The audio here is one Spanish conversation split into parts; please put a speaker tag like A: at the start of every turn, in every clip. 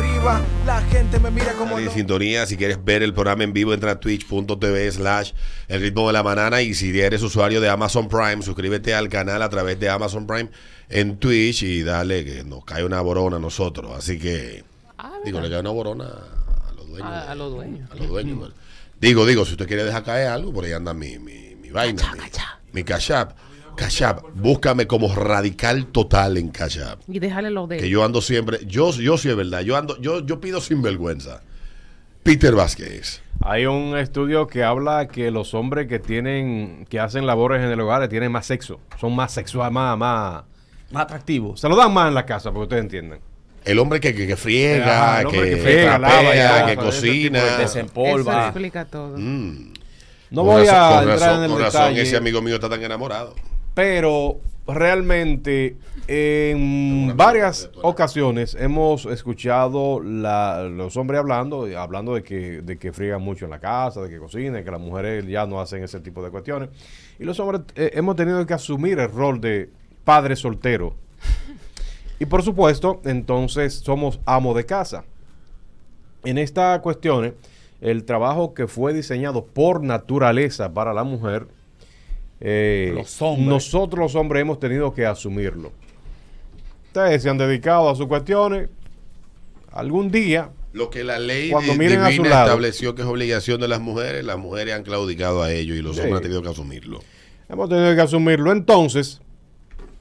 A: arriba, la gente me mira como...
B: Dale en
A: loco.
B: sintonía, si quieres ver el programa en vivo, entra a twitch.tv slash el ritmo de la banana y si eres usuario de Amazon Prime, suscríbete al canal a través de Amazon Prime en Twitch y dale que nos cae una borona a nosotros. Así que,
C: Ah,
B: digo, le cae una borona a los dueños.
C: A-
B: de-
C: a los dueños.
B: a los dueños, bueno. Digo, digo, si usted quiere dejar caer algo, por ahí anda mi, mi, mi vaina. mi, mi Cash App. Cash App, búscame como radical total en Cash App.
C: Y déjale los de
B: Que yo ando siempre, yo, yo sí es verdad, yo ando, yo, yo pido sin vergüenza. Peter Vázquez.
D: Hay un estudio que habla que los hombres que tienen, que hacen labores en el hogar tienen más sexo, son más sexual, más, más,
E: Más atractivo.
D: se lo dan más en la casa, porque ustedes entienden.
B: El hombre que, que, que friega,
D: Ah, el
B: que,
D: hombre que
B: trapea,
D: friega, lava y lava,
B: que
D: todo ese tipo de
B: cocina.
D: cosas.
C: Eso
E: Desempolva.
C: explica todo.
B: Mm. Con
D: No voy
B: razón-
D: a
B: con
D: entrar
B: razón-
D: en el
B: con razón
D: detalle,
B: ese amigo mío está tan enamorado.
D: pero realmente en varias ocasiones hemos escuchado la- los hombres hablando, hablando de que, de que friegan mucho en la casa, de que cocinan, de que las mujeres ya no hacen ese tipo de cuestiones. Y los hombres eh, hemos tenido que asumir el rol de padre soltero. Y por supuesto, entonces somos amo de casa. En estas cuestiones, el trabajo que fue diseñado por naturaleza para la mujer, eh,
E: Los hombres.
D: nosotros los hombres hemos tenido que asumirlo. Ustedes se han dedicado a sus cuestiones. Algún día,
B: Lo que la ley
D: Cuando
B: di-
D: miren a su
B: divina
D: lado.
B: estableció que es obligación de las mujeres, las mujeres han claudicado a ello y los
D: Sí.
B: hombres han tenido que asumirlo.
D: hemos tenido que asumirlo. Entonces,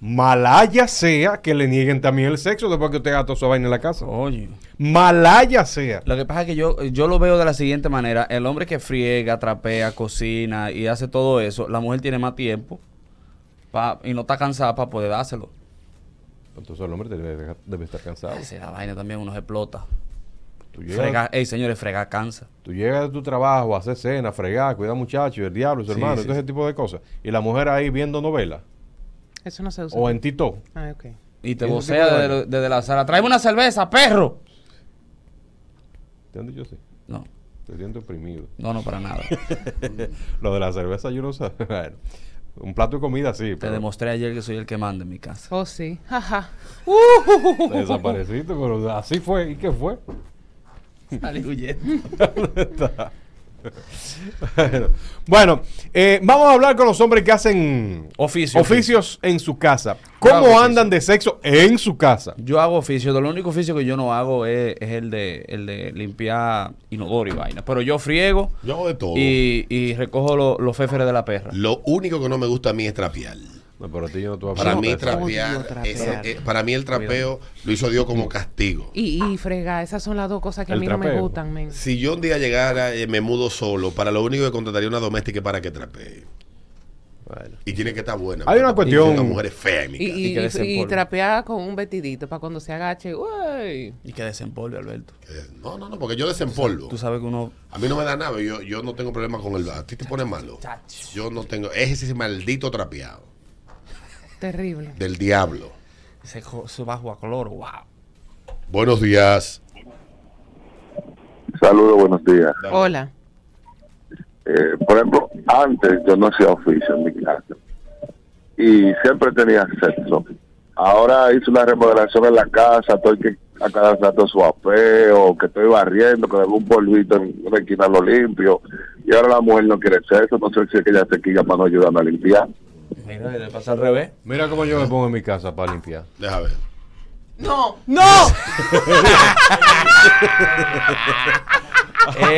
D: malaya sea que le nieguen también el sexo después que usted gastó su vaina en la casa.
E: Oye.
D: Malaya sea.
E: Lo que pasa es que yo, yo lo veo de la siguiente manera. El hombre que friega, trapea, cocina y hace todo eso, la mujer tiene más tiempo pa- y no está cansada para poder dárselo.
D: Entonces el hombre debe, debe estar cansado.
E: Esa es la vaina también uno se explota.
D: Tú llegas-
E: Fregar, ey, señores, fregar cansa.
D: Tú llegas de tu trabajo, haces cena, fregar, cuidar muchachos, el diablo, su
E: Sí,
D: hermano,
E: sí,
D: todo ese
E: sí.
D: tipo de cosas. Y la mujer ahí viendo novelas
C: Eso no se usa.
D: o en Tito.
C: Ah, ok.
E: Y te
D: ¿Y ese
E: vocea
D: tipo de
E: desde,
D: vaina?
E: lo- desde la sala. ¡Tráeme una cerveza, perro!
D: ¿Te han dicho así?
E: No,
D: Te siento oprimido.
E: no, no, para nada.
D: Lo de la cerveza yo no sé. Bueno, un plato de comida sí,
E: te
D: pero
E: demostré ayer que soy el que manda en mi casa.
C: Oh, sí. Jaja.
D: te desapareciste, pero así fue. ¿Y qué fue?
E: Salí huyendo.
D: Bueno, bueno, eh, vamos a hablar con los hombres que hacen
E: Oficio.
D: oficios en su casa. ¿Cómo
E: Claro,
D: andan de sexo en su casa?
E: Yo hago oficio, lo único oficio que yo no hago es, es el, de, el de limpiar inodoro y vaina. Pero yo friego
B: Yo hago de todo.
D: Oh.
E: y, y recojo lo- los féferes de la perra.
B: Lo único que no me gusta a mí es trapear.
D: No, pero a ti yo no te voy a
B: Para
D: preguntar
B: mí
D: eso.
B: trapear,
C: trapear.
B: ese- eh, para mí el trapeo lo hizo Dios como castigo.
C: Y, y frega, esas son las dos cosas que a
D: El
C: mí no me
D: trapeo.
C: gustan, men.
B: Si yo un día llegara y me mudo solo, para lo único que contrataría una doméstica es para que trapee.
D: Bueno.
B: Y tiene que estar buena.
D: Hay una
B: porque
D: cuestión-
B: La mujer es fea en mi
C: Y,
B: casa.
C: y,
E: Y que
C: y-
E: desempolve.
C: y trapear con un vestidito para cuando se agache. ¡Uy!
E: Y que desempolve, Alberto.
B: Eh, No, no, no, porque yo
D: Oh.
B: desempolvo.
E: Tú sabes que uno...
B: A mí no me da nada, yo, yo no tengo problema con el... A ti te pone malo. Yo no tengo... Es ese maldito trapeado
C: Terrible.
B: del diablo.
E: Se, co- se bajo a color, wow.
B: Buenos días.
F: Saludos, buenos días.
C: Hola.
F: Eh, por ejemplo, antes yo no hacía oficio en mi casa y siempre tenía sexo. Ahora hice una remodelación en la casa, estoy que a cada rato su apeo, que estoy barriendo, que debo un polvito en una esquina lo limpio. Y ahora la mujer no quiere sexo, no sé si es que ella se quilla para no ayudarme a limpiar.
E: Mira, le pasa al revés.
D: Mira cómo yo me pongo en mi casa para limpiar.
B: Deja ver.
C: ¡No! ¡No!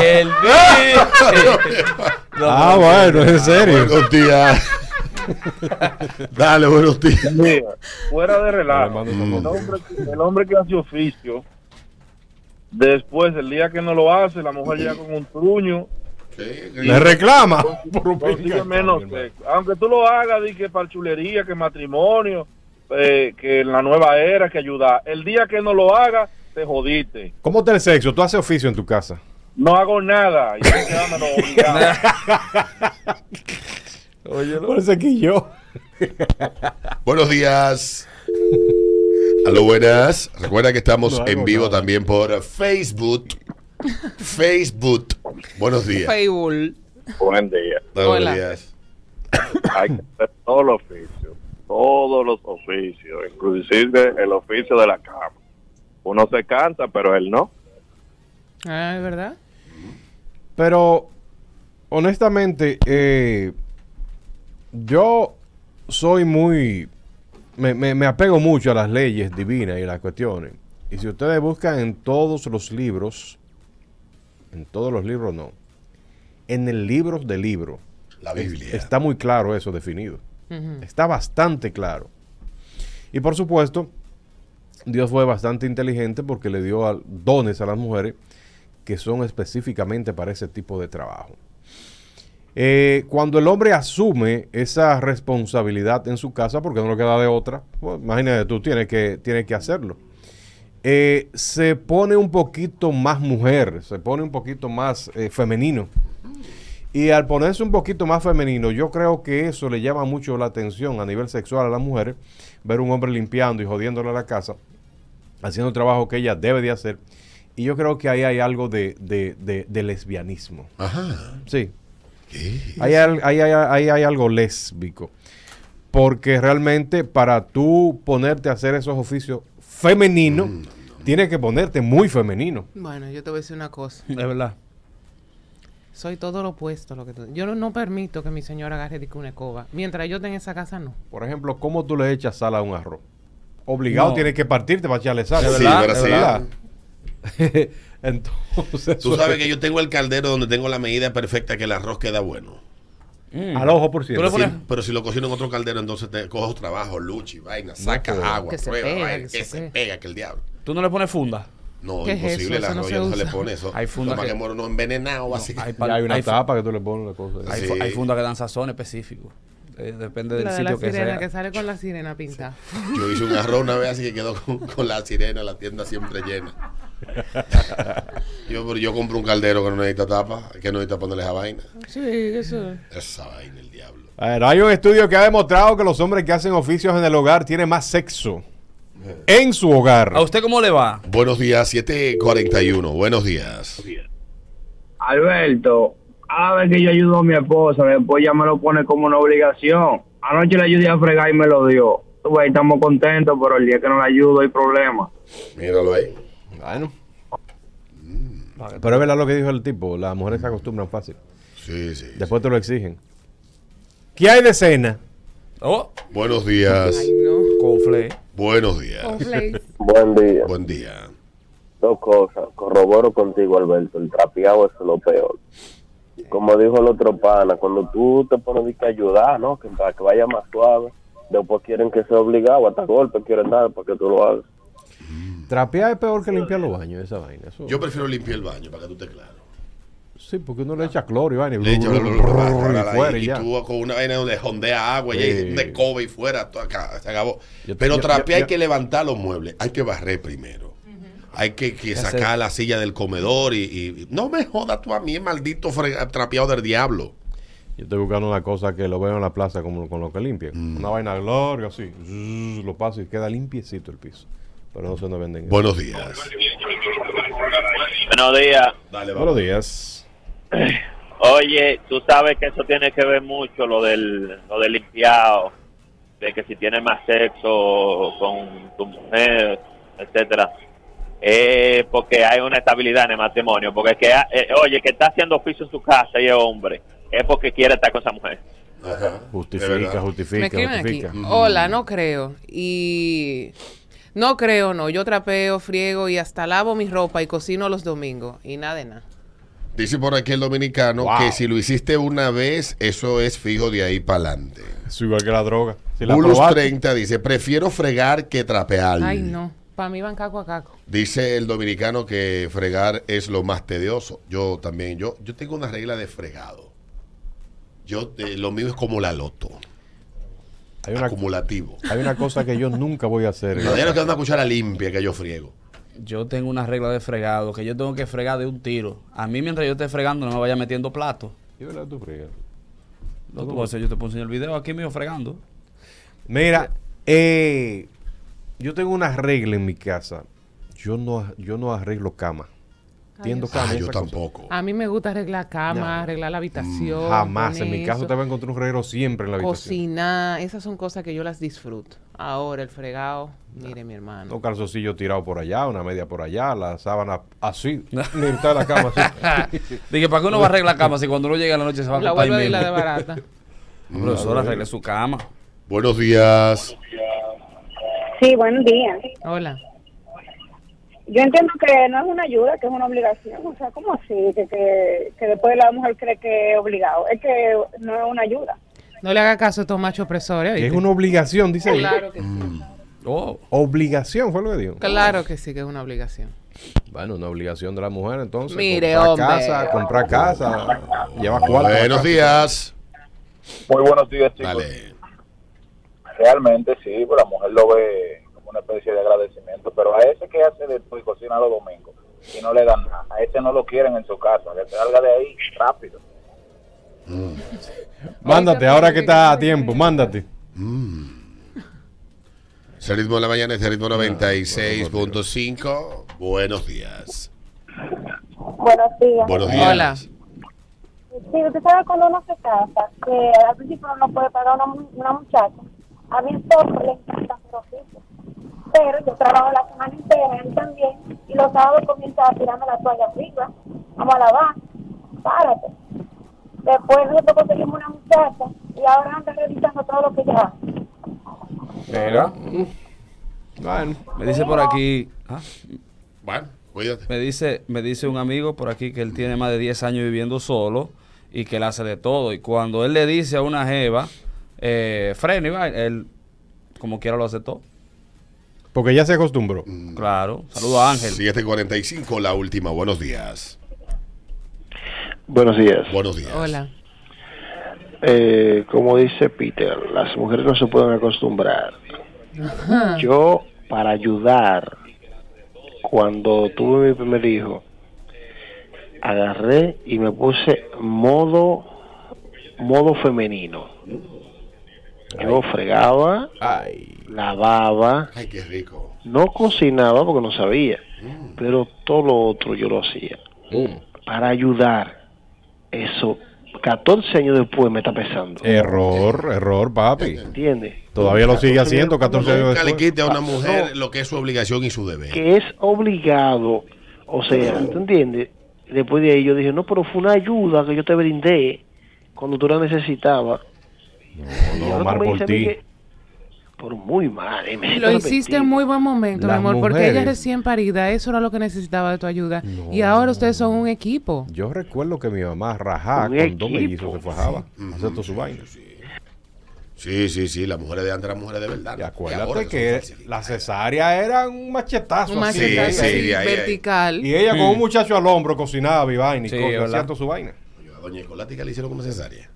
E: El
D: Ah, bueno, en serio.
B: Buenos días. Dale, buenos días.
G: Mira, fuera de
D: Le
G: relajo,
D: mando
B: Mm.
G: el hombre, el hombre que hace oficio, después, el día que no lo hace, la mujer llega con un truño,
D: Le reclama. por un
G: consigue
D: picante,
G: menos
D: mi hermano.
G: sexo. Aunque tú lo hagas, di que parchulería, que matrimonio, eh, que en la nueva era, que ayudar. El día que no lo haga, te jodiste.
D: ¿Cómo está el sexo? ¿Tú haces oficio en tu casa?
G: No hago nada. Y yo quedándome obligado.
D: Parece que yo.
B: Buenos días. A lo buenas. Recuerda que estamos
D: No hago
B: en vivo
D: nada.
B: también por Facebook. Facebook. Buenos días.
C: Facebook.
F: Buen día.
B: Buenos
C: Hola.
B: días.
F: Hay que hacer todos los oficios, todos los oficios, inclusive el oficio de la cama. Uno se cansa, pero él no.
C: Ah, es verdad.
D: Pero, honestamente, eh, yo soy muy. Me, me- me apego mucho a las leyes divinas y las cuestiones. Y si ustedes buscan en todos los libros, en todos los libros no, en el libro de libro,
B: La Biblia.
D: está muy claro eso definido.
C: Ujú.
D: Está bastante claro. Y por supuesto, Dios fue bastante inteligente porque le dio al- dones a las mujeres que son específicamente para ese tipo de trabajo. Eh, cuando el hombre asume esa responsabilidad en su casa, porque no le queda de otra, bueno, imagínate tú, tienes que, tienes que hacerlo. eh, se pone un poquito más mujer, se pone un poquito más eh, femenino. Y al ponerse un poquito más femenino, yo creo que eso le llama mucho la atención a nivel sexual a las mujeres, ver un hombre limpiando y jodiéndole a la casa, haciendo el trabajo que ella debe de hacer. Y yo creo que ahí hay algo de, de- de- de lesbianismo.
B: Ajá.
D: Sí,
B: ¿Qué?
D: ahí hay, ahí hay- ahí hay algo lésbico. Porque realmente para tú ponerte a hacer esos oficios femeninos,
B: Mm,
D: tienes que ponerte muy femenino.
C: Bueno, yo te voy a decir una cosa.
E: Es verdad.
C: Soy todo lo opuesto a lo que tú. Yo no, no permito que mi señora agarre de que una escoba. Mientras yo esté en esa casa, no.
D: Por ejemplo, ¿cómo tú le echas sal a un arroz? Obligado
E: No.
D: tienes que partirte para echarle sal.
E: Es
B: Sí,
E: verdad,
B: pero
E: es
B: sí.
E: verdad.
D: Entonces,
B: Tú sabes que yo tengo el caldero donde tengo la medida perfecta que el arroz queda bueno.
E: Mm.
D: al ojo por
E: Tú le
D: ciento.
B: Sí,
E: pones-
B: pero si lo cocino en otro caldero, entonces te cojo trabajo, luchi, vaina, saca
D: pero-
B: agua,
C: Que se
B: prueba,
C: pega,
B: vaina,
C: que
B: que
C: se
B: se
C: pega.
B: pega, que el diablo.
E: Tú no le pones funda.
B: No,
C: ¿Qué es
B: imposible,
C: eso?
B: la
C: Eso no
B: no,
C: se
B: no se le
C: usa.
B: pone eso.
E: Hay funda
B: Toma
E: que-
B: que muero no envenenado así.
E: hay pa-
D: Ya hay una
E: hay fu-
D: tapa que tú le pones la cosa.
E: Hay,
B: Sí.
E: fu- hay fundas que dan sazón específico. Eh, depende del
C: La de la
E: sitio que
C: sirena,
E: sea.
C: que sale con la sirena pintada.
B: Yo hice un arroz una vez así que quedó con, con la sirena, la tienda siempre llena. yo, pero yo compro un caldero que no necesita tapa, que no necesita ponerle esa vaina.
C: Sí, eso.
B: Esa vaina, el diablo.
D: A ver, hay un estudio que ha demostrado que los hombres que hacen oficios en el hogar tienen más sexo en su hogar.
E: ¿A usted cómo le va?
B: Buenos días, 741. Buenos días.
A: Alberto, cada vez que yo ayudo a mi esposa, después ya me lo pone como una obligación. Anoche le ayudé a fregar y me lo dio. Tú ves, estamos contentos, pero el día que no la ayudo hay problema.
B: Míralo ahí.
D: Bueno. Pero es verdad lo que dijo el tipo, las mujeres se acostumbran fácil.
B: Sí, sí.
D: Después te lo exigen. ¿Qué hay de cena?
E: Oh,
B: Buenos días.
C: Ay, no.
E: confle.
B: Buenos días.
C: Conflace.
F: Buen día.
B: Buen día.
F: Dos cosas. Corroboro contigo, Alberto. El trapeado es lo peor. Como dijo el otro pana, cuando tú te pones de que ayudar, ¿no? Que para que vaya más suave, después quieren que sea obligado, hasta golpe quieren dar para que tú lo hagas.
D: Trapear es peor que limpiar los baños, esa vaina. Eso-
B: Yo prefiero limpiar el baño para que tú te claro.
D: sí, porque uno le echa cloro y vaina. y
B: Le echa
D: brr,
B: bla, bla,
D: brr,
B: bla, bla, bla,
D: y
B: bla, bla,
D: fuera y
B: y
D: ya.
B: tú con una vaina donde jondea agua y ahí
D: Sí.
B: de cobre y fuera, todo acá, se acabó.
D: Yo-
B: Pero
D: yo-
B: trapear
D: yo-
B: hay
D: yo-
B: que levantar los muebles, hay que barrer primero. Hay que, que
E: Hacer-
B: sacar la silla del comedor y, y- y- no me jodas tú a mí, maldito frega- trapeado del diablo.
D: Yo estoy buscando una cosa que lo veo en la plaza como con lo que
B: Mm.
D: limpian. Una vaina larga así. zzz, Lo paso y queda limpiecito el piso. Pero no sé dónde venden. eso.
B: Buenos días.
H: Buenos días.
B: Dale,
D: Buenos
B: vamos.
D: días.
H: Oye, tú sabes que eso tiene que ver mucho lo del, lo del limpiado, de que si tienes más sexo con tu mujer, etcétera. Eh, porque hay una estabilidad en el matrimonio. Porque el que, ha- eh, oye, el que está haciendo oficio en su casa y es hombre, es porque quiere estar con esa mujer.
B: Ajá. De
D: Justifica,
B: verdad. Mm.
C: Me
D: justifica,
C: escriben aquí.
D: justifica.
C: Hola, no creo. Y no creo, no. Yo trapeo, friego y hasta lavo mi ropa y cocino los domingos. Y nada de nada.
B: Dice por aquí el dominicano
D: Wow.
B: que si lo hiciste una vez, eso es fijo de ahí para adelante.
D: Es igual que la droga. Si la
B: Bulus
D: probaste,
B: 30 dice, prefiero fregar que trapear.
C: Ay, no. Para mí van caco a caco.
B: Dice el dominicano que fregar es lo más tedioso. Yo también, yo, yo tengo una regla de fregado. Yo, eh, lo mío es como la loto,
D: hay, una,
B: acumulativo.
D: hay una cosa que yo nunca voy a hacer.
B: No, ya no queda una cuchara limpia que yo friego.
E: Yo tengo una regla de fregado que yo tengo que fregar de un tiro. A mí, mientras yo esté fregando, no me vaya metiendo plato.
D: Y verdad, tú friegas.
E: Lo que voy a hacer, yo te puedo enseñar el video aquí mío fregando.
D: Mira, eh, yo tengo una regla en mi casa. Yo no, yo no arreglo cama. atiendo
C: Ay,
D: camas.
B: Ah,
D: y
B: yo
D: esas cosas.
B: tampoco.
C: A mí me gusta arreglar cama,
D: No.
C: arreglar la habitación.
D: Mm, Jamás. En
C: poner
D: mi casa
C: eso,
D: te va a encontrar un reguero siempre en la habitación.
C: Cocinar, esas son cosas que yo las disfruto. Ahora, el fregado, mire mi hermano.
D: Un calzoncillo tirado por allá, una media por allá, la sábana así, ni mitad de la cama así.
E: Dije, ¿para qué uno va a arreglar la cama si cuando uno llega a la noche se va a
C: La
E: acostar ahí
C: vuelvo a ir la de
E: mismo?
C: barata.
E: No, profesor, arregle su cama.
B: Buenos días.
I: Sí, buen día.
C: Hola.
I: Yo entiendo que no es una ayuda, que es una obligación. O sea, ¿cómo así? Que, que, que después la mujer cree que es obligado. Es que no es una ayuda.
C: No le haga caso a estos machos opresores.
D: Que es Mm.
C: ¿oíste?
D: una obligación, dice ella.
C: Claro que sí.
E: Oh,
D: Obligación fue lo que dijo.
C: Claro que sí, que es una obligación.
D: Bueno, una obligación de la mujer entonces.
C: Mire,
D: comprar
C: hombre.
D: casa, comprar casa, llevar cuarto.
B: Buenos días.
G: Muy buenos días, chicos.
B: Dale.
G: Realmente sí, pues, la mujer lo ve como una especie de agradecimiento, pero a ese que hace de todo y cocina los domingos y no le dan nada, a ese no lo quieren en su casa, que salga de ahí rápido.
D: Mándate, ahora que está a tiempo, mándate.
B: Es el ritmo de la mañana, es el
D: Ah,
B: ritmo 96.5. Buenos días.
I: Buenos días.
B: Buenos días.
C: Hola.
I: Sí, usted sabe cuando uno se casa, que al principio uno no puede pagar una, mu- una muchacha. A mi esposo le encanta hacer oficio. Pero yo trabajo la semana entera, él también. Y los sábados comienza a tirarme la toalla arriba. Vamos a lavar. Párate. Después nosotros conseguimos una muchacha y ahora anda revisando todo lo que ya hace.
E: mira.
D: Bueno,
E: Me dice por aquí. ah,
B: Bueno, cuídate.
E: Me dice, me dice un amigo por aquí que él tiene más de 10 años viviendo solo y que él hace de todo. Y cuando él le dice a una jeva, eh, freno y vaina, él como quiera lo hace todo.
D: porque ya se acostumbró.
E: Claro. Saludo a Ángel.
B: 7.45, la última. Buenos días.
J: Buenos días.
B: Buenos días.
C: Hola.
J: Eh, como dice Peter, las mujeres no se pueden acostumbrar. Yo, para ayudar, cuando tuve mi primer hijo, agarré y me puse modo, modo femenino. Yo fregaba,
D: Ay.
J: lavaba,
B: Ay, qué rico.
J: no cocinaba porque no sabía, pero todo lo otro yo lo hacía.
D: Mm.
J: Para ayudar, eso, 14 años después me está pesando.
D: Eh. Error, error, papi.
J: ¿Entiendes?
D: Todavía lo sigue haciendo 14 años
B: Nunca le
D: después. ah,
B: quite a una mujer lo que es su obligación y su deber.
J: que es obligado, o sea, ¿tú entiendes? Después de ahí yo dije, no, pero fue una ayuda que yo te brindé cuando tú la necesitabas. Y
D: No,
J: ahora tú
D: Omar,
J: me dices
D: por
J: a mí
D: ti.
J: que- Pero muy mal, eh, me siento
C: Lo hiciste
J: arrepentido.
C: en muy buen momento, mi
D: Las
C: amor, porque ella es
D: mujeres-
C: recién parida. Eso era lo que necesitaba de tu ayuda.
D: No.
C: Y ahora ustedes son un equipo.
D: Yo recuerdo que mi mamá rajaba
J: Un
D: con dos
J: equipo.
D: mellizos se fajaba. Hace todo su vaina.
B: Sí, sí, sí. Las mujeres de antes eran mujeres de verdad.
D: Y
B: ahora
D: acuérdate
B: son
D: que
B: falsificadas.
D: la cesárea era un machetazo.
C: Un
D: así,
C: machetazo
D: ahí,
B: sí,
C: así,
B: ahí,
D: ahí.
B: ahí.
C: vertical.
D: Y ella con un muchacho al hombro cocinaba y vaina y
E: Sí,
D: cosas,
E: ¿verdad?
D: hacía toda su vaina.
B: Yo a doña Nicolática le hicieron como cesárea.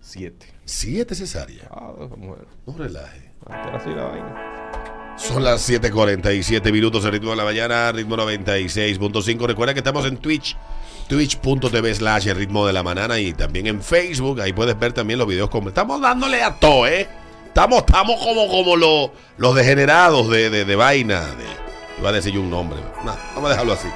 D: Siete.
B: Siete cesáreas.
D: Ah, esa mujer.
B: No relaje.
D: Hasta así la vaina.
B: Son las 7:47 minutos el ritmo de la mañana, ritmo 96.5. Recuerda que estamos en Twitch, twitch.tv slash el ritmo de la mañana y también en Facebook. Ahí puedes ver también los videos. como- Estamos dándole a todo, ¿eh? Estamos, estamos como, como los, los degenerados de, de, de vaina. De, iba a decir yo un nombre. No, vamos a dejarlo así.